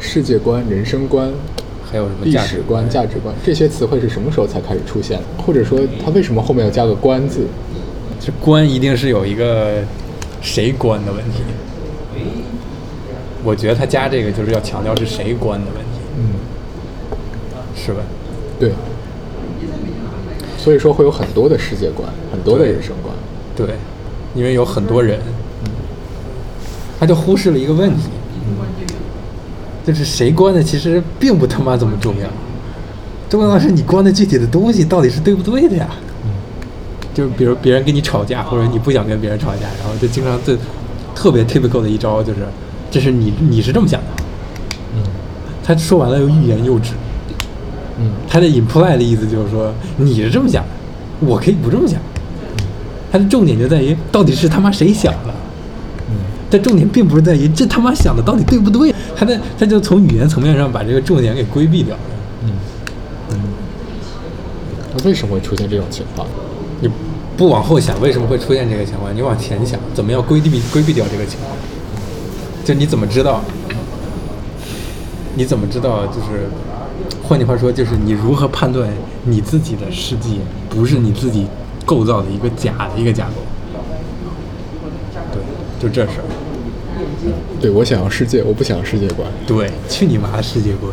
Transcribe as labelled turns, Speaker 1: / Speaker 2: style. Speaker 1: 世界观、人生观、
Speaker 2: 还有什么
Speaker 1: 历
Speaker 2: 价值
Speaker 1: 史观、价值观这些词汇是什么时候才开始出现的？或者说，它为什么后面要加个“观”字？
Speaker 2: 这关一定是有一个谁关的问题。我觉得他加这个就是要强调是谁关的问题，
Speaker 1: 嗯，
Speaker 2: 是吧？
Speaker 1: 对。所以说会有很多的世界观，很多的
Speaker 2: 对
Speaker 1: 人生观。
Speaker 2: 对，因为有很多人，他就忽视了一个问题，就是谁关的其实并不他妈怎么重要，重要的是你关的具体的东西到底是对不对的呀。就是比如别人跟你吵架，或者你不想跟别人吵架，然后就经常最特别 typical 的一招就是，这是你你是这么想的，
Speaker 1: 嗯
Speaker 2: 他说完了又欲言又止，
Speaker 1: 嗯
Speaker 2: 他的 imply 的意思就是说你是这么想的，我可以不这么想。他的重点就在于到底是他妈谁想的，
Speaker 1: 嗯
Speaker 2: 但重点并不是在于这他妈想的到底对不对，他的他就从语言层面上把这个重点给规避掉了。
Speaker 1: 嗯嗯。那为什么会出现这种情况？
Speaker 2: 你不往后想为什么会出现这个情况，你往前想怎么要规避规避掉这个情况，就你怎么知道？你怎么知道？就是换句话说，就是你如何判断你自己的世界不是你自己构造的一个假的一个架构？对，就这事儿。
Speaker 1: 对我想要世界，我不想要世界观。
Speaker 2: 对，去你妈的世界观！